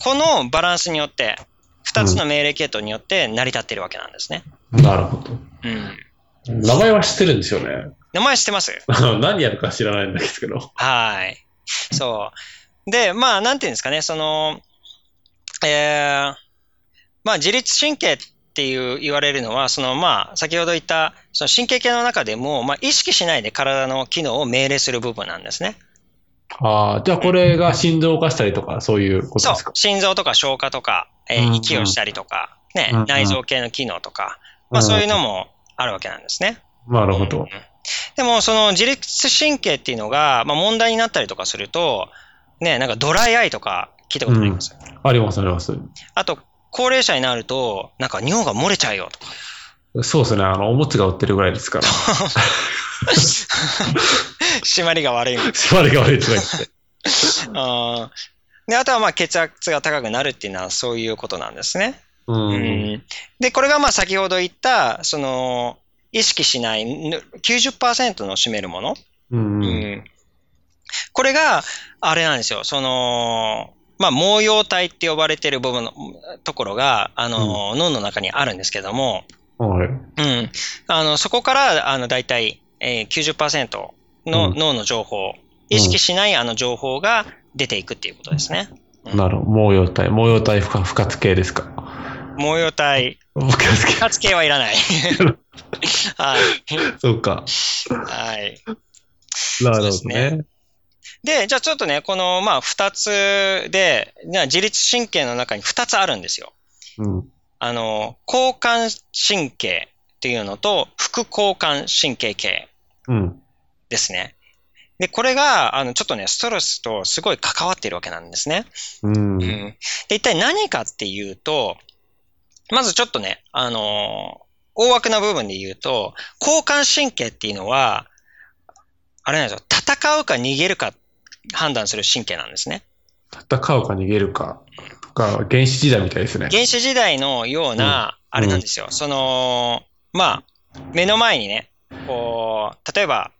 このバランスによって、二つの命令系統によって成り立っているわけなんですね。
なるほど。
うん。
名前は知ってるんですよね。 *laughs*
名前知ってます
何やるか知らないんですけど。
はい。そう。で、まあ、なんていうんですかね、その、えー、まあ、自律神経っていう言われるのは、その、まあ、先ほど言った、その神経系の中でも、まあ、意識しないで体の機能を命令する部分なんですね。
ああ、じゃあこれが心臓を犯したりとか、そういうこと
そ
で
う
すか。
心臓とか消化とか、え
うんう
ー、
ん
息をしたりとか、ね
うんうん、
内臓系の機能とか、まあ、そういうのもあるわけなんですね。
うん。なるほど。
でも、その自律神経っていうのが、まあ、問題になったりとかすると、ね、なんかドライアイとか聞いたことあります、
あります、あります。
あと、高齢者になると、なんか尿が漏れちゃうよ
*laughs*
とか。
そうですね。あの、おむつが売ってるぐらいですから。 *laughs*
締まりが悪いの。
縛りが悪いとか言って。
あーで、あとはまあ血圧が高くなるっていうのはそういうことなんですね。
うん
うんで、これがまあ先ほど言った、その、意識しないぬ90%の占めるもの。
うん
う
うん
んこれが、あれなんですよ。その、まあ、毛様体って呼ばれてる部分のところが、あの、脳の中にあるんですけども、
はい。
うん。あの、そこから、あの、大体、えー、90%の
うん
脳の情報、意識しないあの情報が出ていくっていうことですね。
なるほど。毛様体。毛様体不可不活系です
*laughs*
か。
模様体、
不活系。
活系はいら
*laughs*
ない。はい。
そうか。
はい。
なるほ
そうで
ど
す
ね
ね。で、じゃあちょっとね、この、まあ、二つで、じゃあ自律神経の中に二つあるんですよ。
うん。
あの、交感神経っていうのと、副交感神経系
うん。
ですね。で、これが、あの、ちょっとね、ストレスとすごい関わっているわけなんですね。
うん。
う。んで、一体何かっていうと、まずちょっとね、あのー大枠な部分で言うと、交感神経っていうのは、あれなんですよ、戦うか逃げるか判断する神経なんですね。
戦うか逃げるか。が原始時代みたいですね。
原始時代のような、
うん
あれなんですよ。その、まあ、目の前にね、こう、例えば、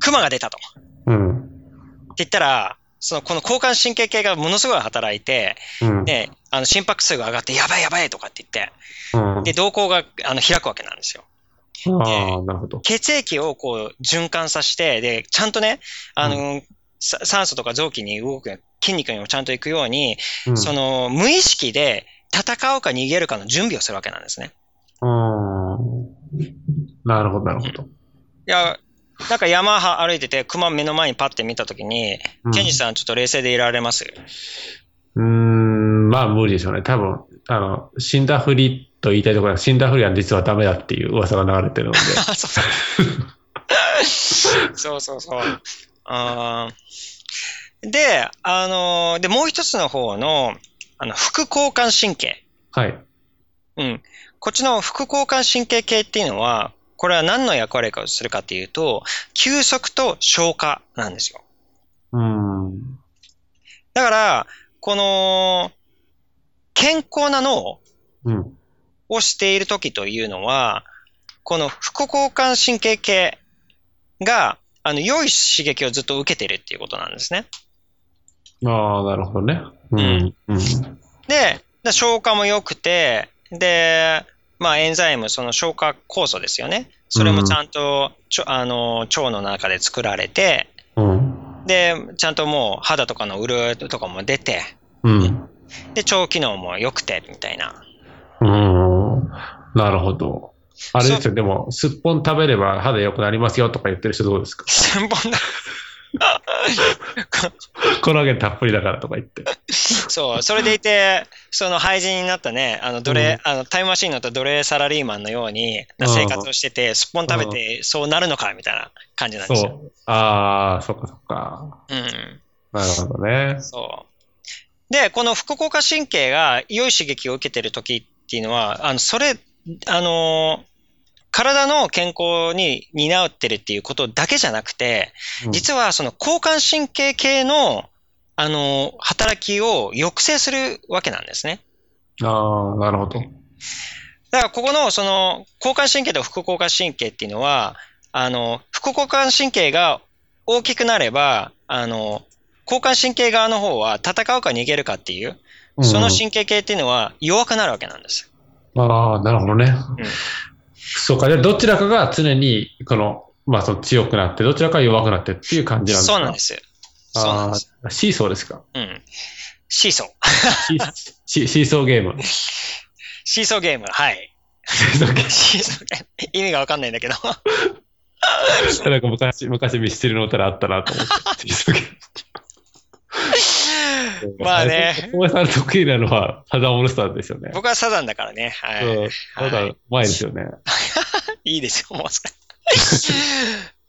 熊が出たと。
うん。
って言ったら、その、この交感神経系がものすごい働いて、
うん。
で、あの、心拍数が上がって、やばいやばいとかって言って、
うん。
で、瞳孔があの開くわけなんですよ。
ああ、なるほど。
血液をこう循環させて、で、ちゃんとね、あの、さ酸素とか臓器に動く、筋肉にもちゃんと行くように、
うん。
その無意識で戦うか逃げるかの準備をするわけなんですね。
うん。なるほど、なるほど。
いや、なんか山は歩いてて、熊目の前にパッて見たときに、
うん
ケンジさんちょっと冷静でいられます
うーん、まあ無理でしょうね。多分、あの、死んだふりと言いたいところは、死んだふりは実はダメだっていう噂が流れて
*laughs*
るので。
あそうそうそう *laughs* そうそう。あーで、あのーで、もう一つの方の、あの、副交感神経。
はい。
うん。こっちの副交感神経系っていうのは、これは何の役割をするかっていうと、休息と消化なんですよ。
うん。
だから、この、健康な脳
うん。
をしている時というのは、この副交感神経系が、あの、良い刺激をずっと受けてるっていうことなんですね。
ああ、なるほどね。うん。うん。
で、で消化も良くて、で、まあ、エンザイム、その消化酵素ですよね。それもちゃんと、ちょあの腸の中で作られて、
うん。
で、ちゃんともう肌とかの潤いとかも出て、
うん。
で、腸機能も良くて、みたいな。 *laughs*
うん。なるほど。あれです
そ
よ、でも、すっぽん食べれば肌良くなりますよとか言ってる人どうですか
千 *laughs* 本だ。
*laughs* コラーゲンたっぷりだからとか言って。
そう、それでいて、その廃人になったね、あの奴隷、あのタイムマシーンに乗った奴隷サラリーマンのようにな生活をしてて、すっぽん食べてそうなるのかみたいな感じなんで
そ
すよ。
う。ああ、そっかそっか。
うん。
なるほどね。
そう。で、この副交感神経が良い刺激を受けてる時っていうのは、あの、それ、あの、体の健康に担ってるっていうことだけじゃなくて、
うん
実はその交感神経系の、あの、働きを抑制するわけなんですね。
ああ、なるほど。
だからここのその交感神経と副交感神経っていうのは、あの、副交感神経が大きくなれば、あの、交感神経側の方は戦うか逃げるかっていう、その神経系っていうのは弱くなるわけなんです。
ああ、なるほどね。
うん
そうか。で、どちらかが常に、この、まあ、その強くなって、どちらかが弱くなってっていう感じなんですか。
そうなんですす。そうなん
あ
です。
あ、シーソーですか。
うん。シーソー。
シーシーシーソーゲーム。
シーソーゲーム。
*laughs*
はい。
シーソーゲーム
シーソーゲーム。意味がわかんないんだけど。
なんか昔、昔ミスチルの歌であったなと思
*laughs*
って。シーソーゲー
*laughs*
ム。
まあね。
大江さんの得意なのは、サザンオールスターズですよね。
僕はサザンだからね。はい。
そう。だか
は
ら、前ですよね。
いいですよ、もうそれ。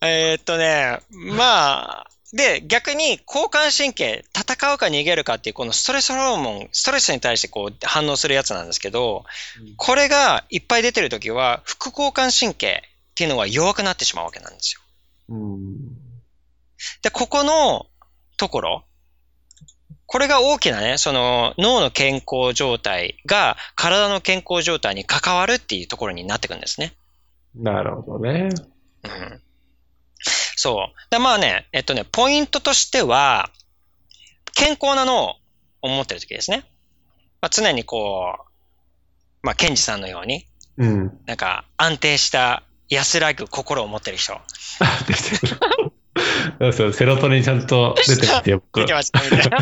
えーっとね、まあ、で、逆に交感神経、戦うか逃げるかっていう、このストレスホルモン、ストレスに対してこう反応するやつなんですけど
うん、
これがいっぱい出てるときは、副交感神経っていうのは弱くなってしまうわけなんですよ。
うん。
で、ここのところ、これが大きなね、その脳の健康状態が体の健康状態に関わるっていうところになってくるんですね。
なるほどね。
うんそう。で、まあね、えっとね、ポイントとしては、健康な脳を持ってる時ですね。まあ、常にこう、まあ、ケンジさんのように、
うん。
なんか安定した安らぐ心を持ってる人。
あ出てるそうそう、セロトニンちゃんと出てきて、僕
見てました、みたいな。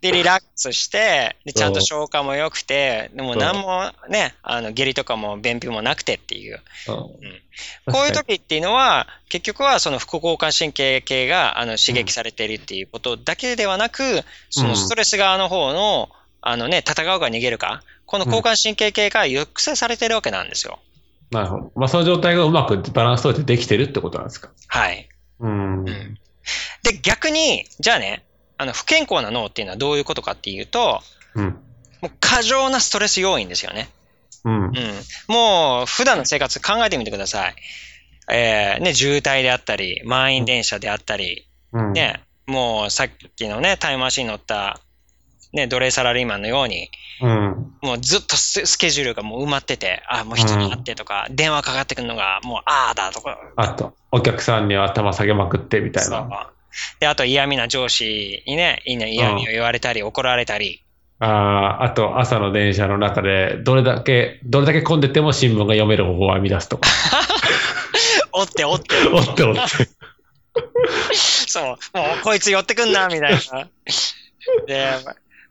で、リラックスして、でちゃんと消化も良くて、でも何もね、あの下痢とかも便秘もなくてっていう。こういう
確か
時っていうのは、結局はその副交感神経系があの刺激されているっていうことだけではなく、そのストレス側の方の、あのね、戦うか逃げるか、この交感神経系が抑制されてるわけなんですよ。
になるほど。まあ、その状態がうまくバランス取れてできてるってことなんですか。
はい。
うん。
んで、逆に、じゃあね、あの不健康な脳っていうのはどういうことかっていうと、
うん。
もう過剰なストレス要因ですよね。
うん
う。ん。もう、普段の生活考えてみてください。えー、ね、渋滞であったり、満員電車であったり、
うん。
ね、もうさっきのね、タイムマシンに乗った、ね、奴隷サラリーマンのように、
うん。
もうずっとススケジュールがもう埋まってて、あもう人に会ってとか、電話かかってくるのが、もうああだとか、
あと、お客さんに頭下げまくってみたい
そう
な。
で、あと嫌味な上司にね、いいね嫌味を言われたり、怒られたり、 *laughs*
ああ、あと、朝の電車の中で、どれだけ、どれだけ混んでても新聞が読める方法を編み出すと *laughs* か。
おっておって、
おっておって。
そう、もうこいつ寄ってく
*laughs*
んな、みたいな。で、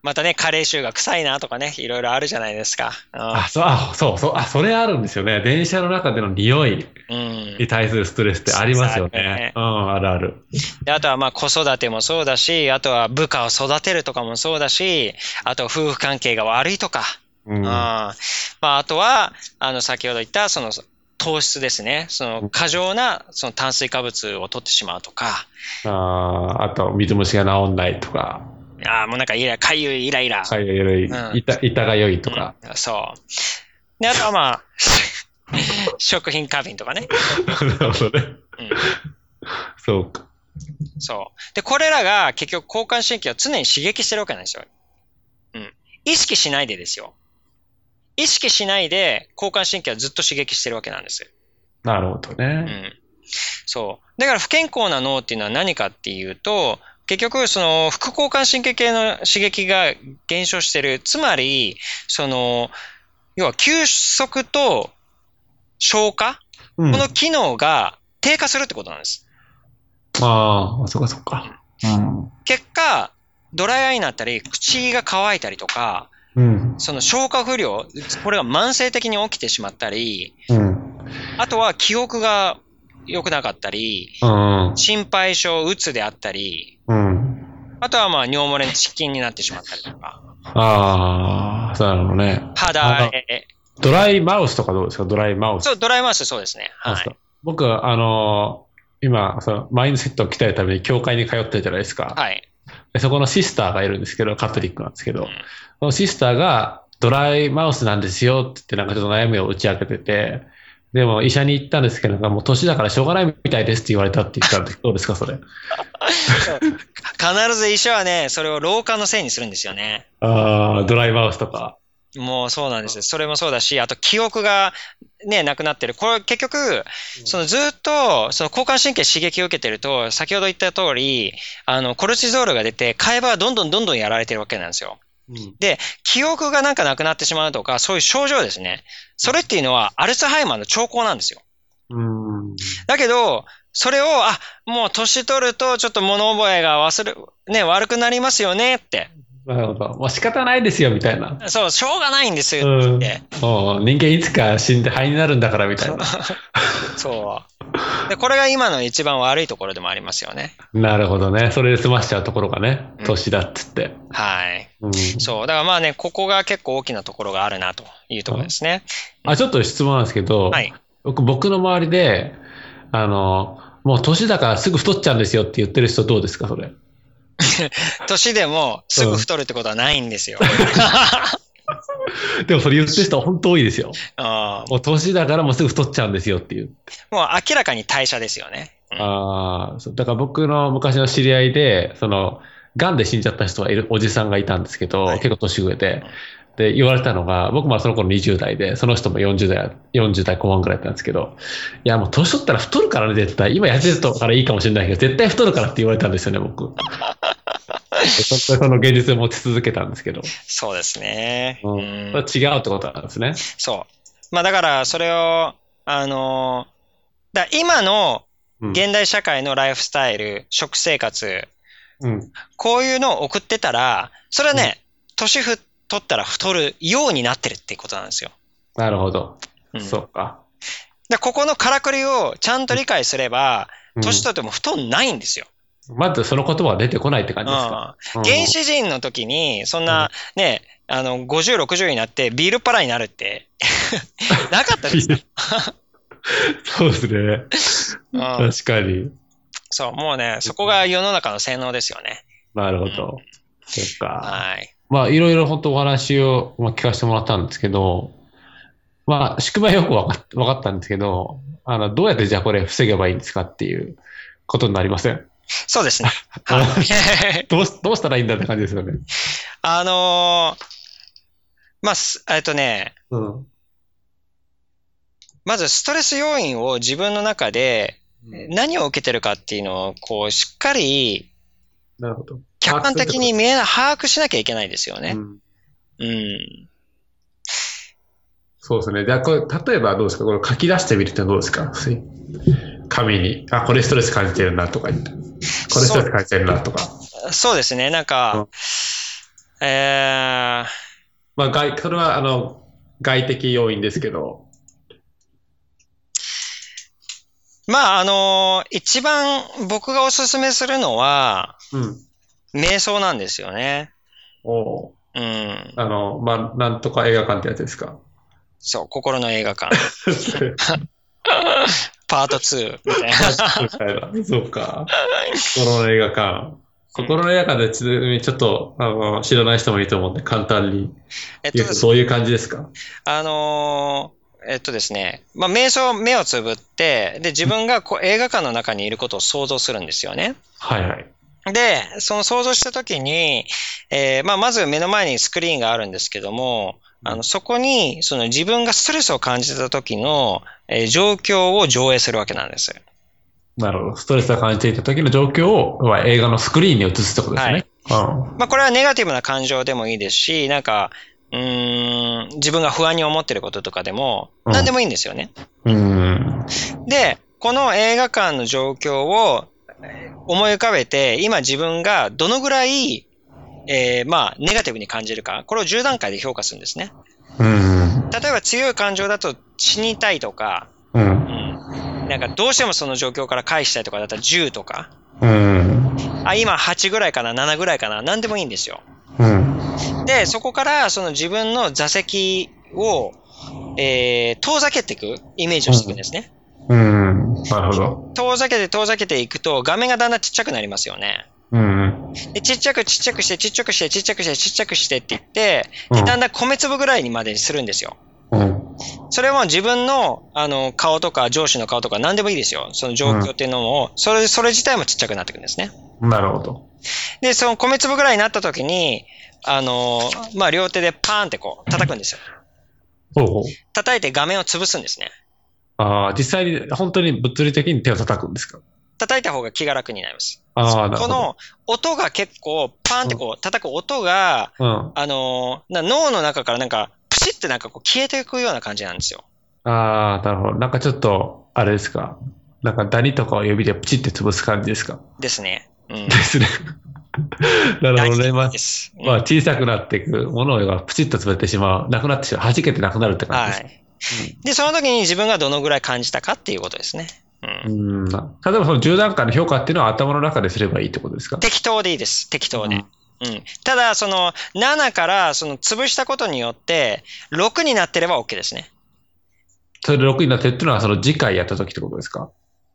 またね、カレー臭が臭いなとかね、いろいろあるじゃないですか。
*laughs* あ、そう、あ、そう、そう、あ、それあるんですよね。電車の中での匂い
うん。うん
に対するストレスってありますよね。うん、あるある。
であとはまあ子育てもそうだし、あとは部下を育てるとかもそうだし、あと夫婦関係が悪いとか、
うん。
うんまあ、あとはあの先ほど言ったその糖質ですね、その過剰なその炭水化物を取ってしまうとか、
あーあと、水虫が治んないとか、
ああ、もうなんかイラ、かゆいイライラ。
かゆい、
うん
痛痛が良いとか。
うんそう。で、あとはまあ、 *laughs* 食品過敏とかね。
なるほどね。
うん
*laughs* そうか。
そう。で、これらが結局交感神経を常に刺激してるわけなんですよ。うん。意識しないでですよ。意識しないで交感神経はずっと刺激してるわけなんです。
なるほど
う
ね。
ん。そう。だから不健康な脳っていうのは何かっていうと、結局、その、副交感神経系の刺激が減少してる。つまり、その、要は休息と消化、
うん。
この機能が低下するってことなんです。
ああ、そっかそっか。
結果、ドライアイになったり、口が乾いたりとか、
うん。うん。
その消化不良、これが慢性的に起きてしまったり、
うん。
あとは記憶が良くなかったり、
うん。
心配症、うつであったり、
うん。
あとはまあ尿漏れの失禁になってしまったりとか、
ああ、そうなるほどね。
肌荒れ、
ドライマウスとかどうですかドライマウス。
そう、ドライマウスそうですね。
あ
はい。
そう僕、あのー今、そのマインドセットを鍛えるために教会に通ってるじゃないですか。
はい。
でそこのシスターがいるんですけど、カトリックなんですけ
う
ど
ん、
そのシスターがドライマウスなんですよって言って、なんかちょっと悩みを打ち明けてて、でも医者に行ったんですけど、なんかもう年だからしょうがないみたいですって言われたって言ったんですけど、どうですか、それ。
必ず医者はね、それを老化のせいにするんですよね。
ああ、ドライマウスとか。
もうそうなんですよ。それもそうだし、あと記憶がね、なくなってる。これ結局、そのずっと、その交感神経刺激を受けてると、先ほど言った通り、あの、コルチゾールが出て、海馬はどんどんどんどんやられてるわけなんですよ。
うん
で、記憶がなんかなくなってしまうとか、そういう症状ですね。それっていうのは、アルツハイマーの兆候なんですよ。
うん。
だけど、それを、あ、もう年取ると、ちょっと物覚えが忘れ、ね、悪くなりますよねって。
なるほど。もう仕方ないですよ、みたいな。
そう、しょうがないんです
う
よ
ん。
って。
もう人間いつか死んで灰になるんだから、みたいな。
そう。で、これが今の一番悪いところでもありますよね。
*laughs* なるほどね。それで済ましちゃうところがね
うん、
年だっつって。
はい。
うん
そう。だからまあね、ここが結構大きなところがあるなというところですね。
あ、ちょっと質問なんですけど、
はい。
僕僕の周りで、あの、もう年だからすぐ太っちゃうんですよって言ってる人どうですか、それ。
年でもすぐ太るってことはないんです
*laughs*
よ。
でもそれ言ってる人本当多いですよ。
あー
もう年だからもうすぐ太っちゃうんですよっていう。
もう明らかに代謝ですよね。うん
ああ、そうだから僕の昔の知り合いで、その、癌で死んじゃった人がいるおじさんがいたんですけど、
はい
結構年上で、で、言われたのが、僕もその頃20代で、その人も40代、40代後半ぐらいだったんですけど、いや、もう年取ったら太るからね、絶対。今痩せてたからいいかもしれないけど、絶対太るからって言われたんですよね、
*laughs*
僕。でそその現実を持ち続けたんですけど、
そうですね。
うん
うん
それは違うってことなんですね。
そう。まあだから、それを、あのーだ今の
うん
現代社会のライフスタイル、食生活、
うん。
こういうのを送ってたら、それはね、年ふ取ったら太るようになってるっていうことなんですよ。
なるほど。
うん、
そうか。
でここのからくりをちゃんと理解すれば、
うん
年取っても太んないんですよ。
まずその言葉は出てこないって感じですか。
うん原始人の時に、そんな、ね、あの、50、60になってビールパラになるって、 *laughs* なかった
*laughs*
です。
うんそうですね。
うん、
確かに。
そう、もうね、そこが世の中の性能ですよね。
なるほど。そっか。
はい。
まあ、いろいろ本当お話をまあ聞かせてもらったんですけど、まあ、宿題よくわかわかったんですけど、あの、どうやってじゃあこれ防げばいいんですかっていうことになりません。
そうですね。
*laughs*
はい。 *laughs*
どうしどうしたらいいんだって感じですよね。
あのーまあ、すえっとね、
うん。
まずストレス要因を自分の中で何を受けてるかっていうのを、こう、しっかり
なるほど。
客観的に見えな、把握しなきゃいけないですよ
う
ね。
ん
うん。
そうですね。じゃあこれ、例えばどうですかこれ書き出してみるってどうですか紙に。あ、これストレス感じてるなとか言って。これストレス感じてるなとか。
そうですね、なんか、えー、
まあ、外、それは、あの、外的要因ですけど。
まあ、あのー一番僕がおすすめするのは、
うん。
瞑想なんですよね。
おう
うん。
あの、まあ、なんとか映画館ってやつで
*laughs*
すか。
そう、心の映画館。パート2みたいな。 *laughs*
みたいなそうか。心の映画館。心の映画館でちなみにちょっと、あの、知らない人もいると思うんで、簡単に
えっと
言うと、そういう感じですか。
あのーえっとですね、まあ、瞑想、目をつぶって、で、自分がこう映画館の中にいることを想像するんですよね。
はいはい。
で、その想像したときに、えーまあ、まず目の前にスクリーンがあるんですけども、あの、そこに、その自分がストレスを感じた時の、えー状況を上映するわけなんです。
なるほど。ストレスを感じていた時の状況を、まあ映画のスクリーンに映すってことですね。うん
まあ、これはネガティブな感情でもいいですし、なんか、うーん、自分が不安に思ってることとかでも、
うん
何でもいいんですよね。
うん。
で、この映画館の状況をえー思い浮かべて、今自分がどのぐらい、えーまあ、ネガティブに感じるか、これを10段階で評価するんですね。
うん。
例えば強い感情だと死にたいとか、
うん
う。ん、なんかどうしてもその状況から返したいとかだったら10とか、
うん。
あ、今8ぐらいかな、7ぐらいかな、なんでもいいんですよ。
うん。
で、そこからその自分の座席を、えー遠ざけていくイメージをしていくんですね。
うん。なるほど。
遠ざけて遠ざけていくと画面がだんだんちっちゃくなりますよね。
うん。
でちっちゃくちっちゃくしてちっちゃくしてちっちゃくしてちっちゃくしてって言って、
う
で
ん
だんだん米粒ぐらいにまでにするんですよ。
うん。
それも自分のあの顔とか上司の顔とか何でもいいですよ。その状況っていうのを、それ、それ自体もちっちゃくなっていくんですね。
なるほど。
で、その米粒ぐらいになった時に、あの、まあ、両手でパーンってこう叩くんですよ。
ほうほう。
叩いて画面を潰すんですね。
ああ、実際に本当に物理的に手を叩くんですか
叩いた方が気が楽になります。
ああ、なる
こ
ほど。
の音が結構パーンってこう叩く音が、
うん。
あの、な脳の中からなんか、プシってなんかこう消えていくような感じなんですよ。
ああ、なるほど。なんかちょっと、あれですか。なんかダニとかを指でプチって潰す感じですか。
ですね。
*laughs*
うん
で。すね。なるほどね。まあ
で、す。うん
まあ、小さくなっていくものがプチッと潰れてしまう。なくなってしまう。弾けてなくなるって感じ
は
です。
い。で、その時に自分がどのぐらい感じたかっていうことですね。うん。
うん。例えばその10段階の評価っていうのは頭の中ですればいいってことですか
適当でいいです。適当で。うん。ただ、その、7から、その、潰したことによって、6になってれば OK ですね。
それで6になってるっていうのはその次回やった時ってことですか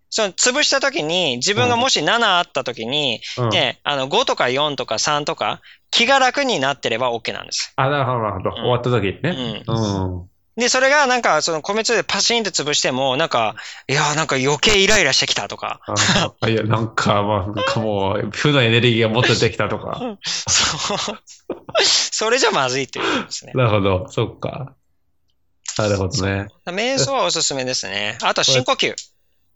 その、潰した時に、自分がもし7あった時に、
うん。
ね、あの、5とか4とか3とか、気が楽になってれば OK なんです。
あ、なるほど、なるほど。終わった時に
う
ね。
ん。
うん。
で、それが、なんか、その、米粒でパシンって潰しても、なんか、いやー、なんか余計イライラしてきたとか、
あーいや、なんか、まあ、なんかもう、負のエネルギーが持っててきたとか。
そう。 *laughs* それじゃまずいっていうこと *laughs* ですね。
なるほど、そっか。なるほどね。
瞑想はおすすめですね。あとは深呼吸。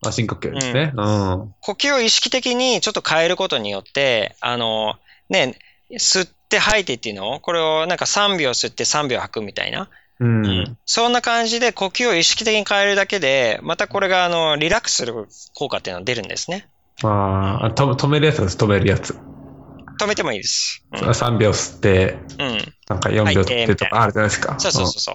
まあ、深呼吸ですね。うん。
呼吸を意識的にちょっと変えることによって、あの、ね、吸って吐いてっていうのを、これをなんか3秒吸って3秒吐くみたいな。
うん。
そんな感じで呼吸を意識的に変えるだけで、またこれがあの、リラックスする効果っていうのが出るんですね。
まあ、と止めるやつです、止めるやつ。
止めてもいいです。うん。
3秒吸って、
うん、
なんか4秒取ってとかあるじゃないですか。
そうそうそうそ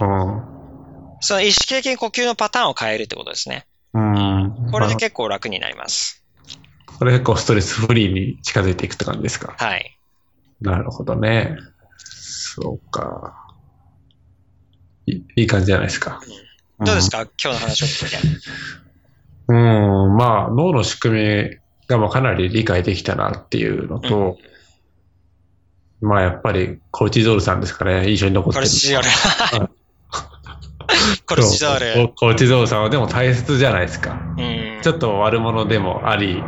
その意識的に呼吸のパターンを変えるってことですね。
うん。うん。
これで
ま
結構楽になります。
あこれ結構ストレスフリーに近づいていくって感じですか。
はい。
なるほどね。そうか。いいい感じじゃないですか。
どうです
か、
か今日の話を聞いて。
うん、まあ、脳の仕組みがまあかなり理解できたなっていうのと、まあやっぱりコルチゾールさんですかね、印象に残って
コ
る。
ルチゾール。はいコルチゾー
そう
ル。
ココルチゾールさんはでも大切じゃないですか。
うん
ちょっと悪者でもあり、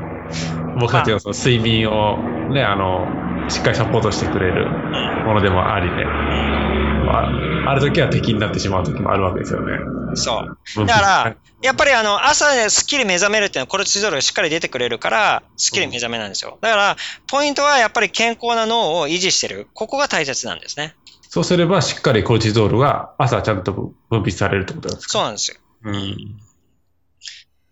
僕たちのその睡眠をね、あの、しっかりサポートしてくれるものでもありね、まあ、ある時は敵になってしまう時もあるわけですよね。
そう。だから、やっぱりあの、朝ね、すっきり目覚めるっていうのはコルチゾールがしっかり出てくれるから、すっきり目覚めなんですよ。だから、ポイントはやっぱり健康な脳を維持してる。ここが大切なんですね。
そうすればしっかりコルチゾールが朝ちゃんと分泌されるってことなんですか
そうなんですよ。
うん。
い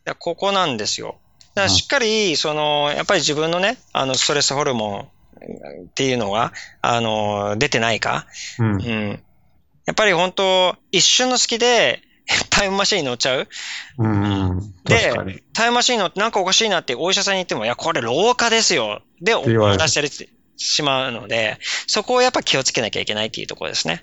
やここなんですよ。だからしっかり、その、やっぱり自分のね、あの、ストレスホルモンっていうのが、あの、出てないか。
うん
うん。やっぱり本当一瞬の隙で、 *laughs* タイムマシンに乗っちゃう
うん。
で
確かに。
タイムマシンのなんかおかしいなってお医者さんに言っても、いや、これ老化ですよ。で、
て言われる
出してしまうので、そこをやっぱ気をつけなきゃいけないっていうところですね。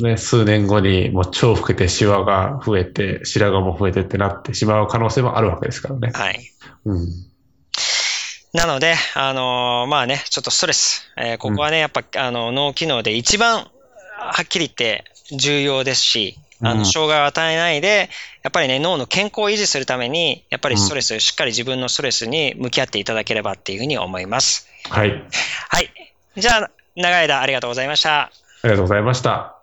ね、数年後にもう超老けてシワが増えて、白髪も増えてってなってしまう可能性もあるわけですからね。
はい。
うん。
なので、あのーまあね、ちょっとストレス。えーここはね、やっぱ、あの、脳機能で一番、はっきり言って重要ですし、あ
う
の、
ん
障害を与えないで、やっぱりね、脳の健康を維持するために、やっぱりストレス、しっかり自分のストレスに向き合っていただければっていうふうに思います。
はい。
はい。じゃあ、長い間ありがとうございました。
ありがとうございました。